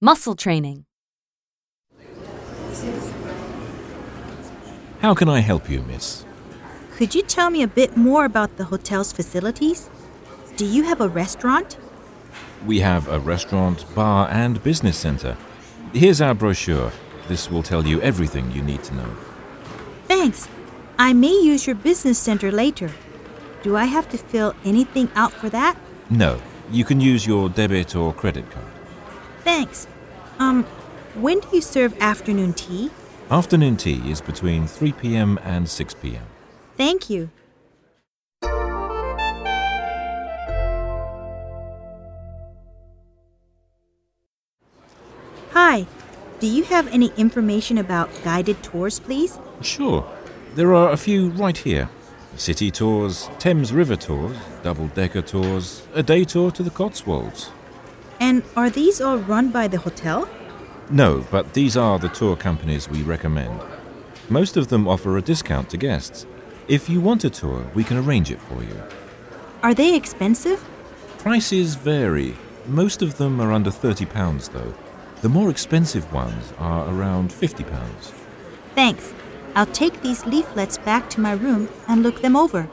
Muscle training. How can I help you, miss? Could you tell me a bit more about the hotel's facilities? Do you have a restaurant? We have a restaurant, bar, and business center. Here's our brochure. This will tell you everything you need to know. Thanks. I may use your business center later. Do I have to fill anything out for that? No, you can use your debit or credit card. Thanks. Um, when do you serve afternoon tea? Afternoon tea is between 3 p.m. and 6 p.m. Thank you. Hi, do you have any information about guided tours, please? Sure, there are a few right here city tours, Thames River tours, double decker tours, a day tour to the Cotswolds. And are these all run by the hotel? No, but these are the tour companies we recommend. Most of them offer a discount to guests. If you want a tour, we can arrange it for you. Are they expensive? Prices vary. Most of them are under £30, though. The more expensive ones are around £50. Thanks. I'll take these leaflets back to my room and look them over.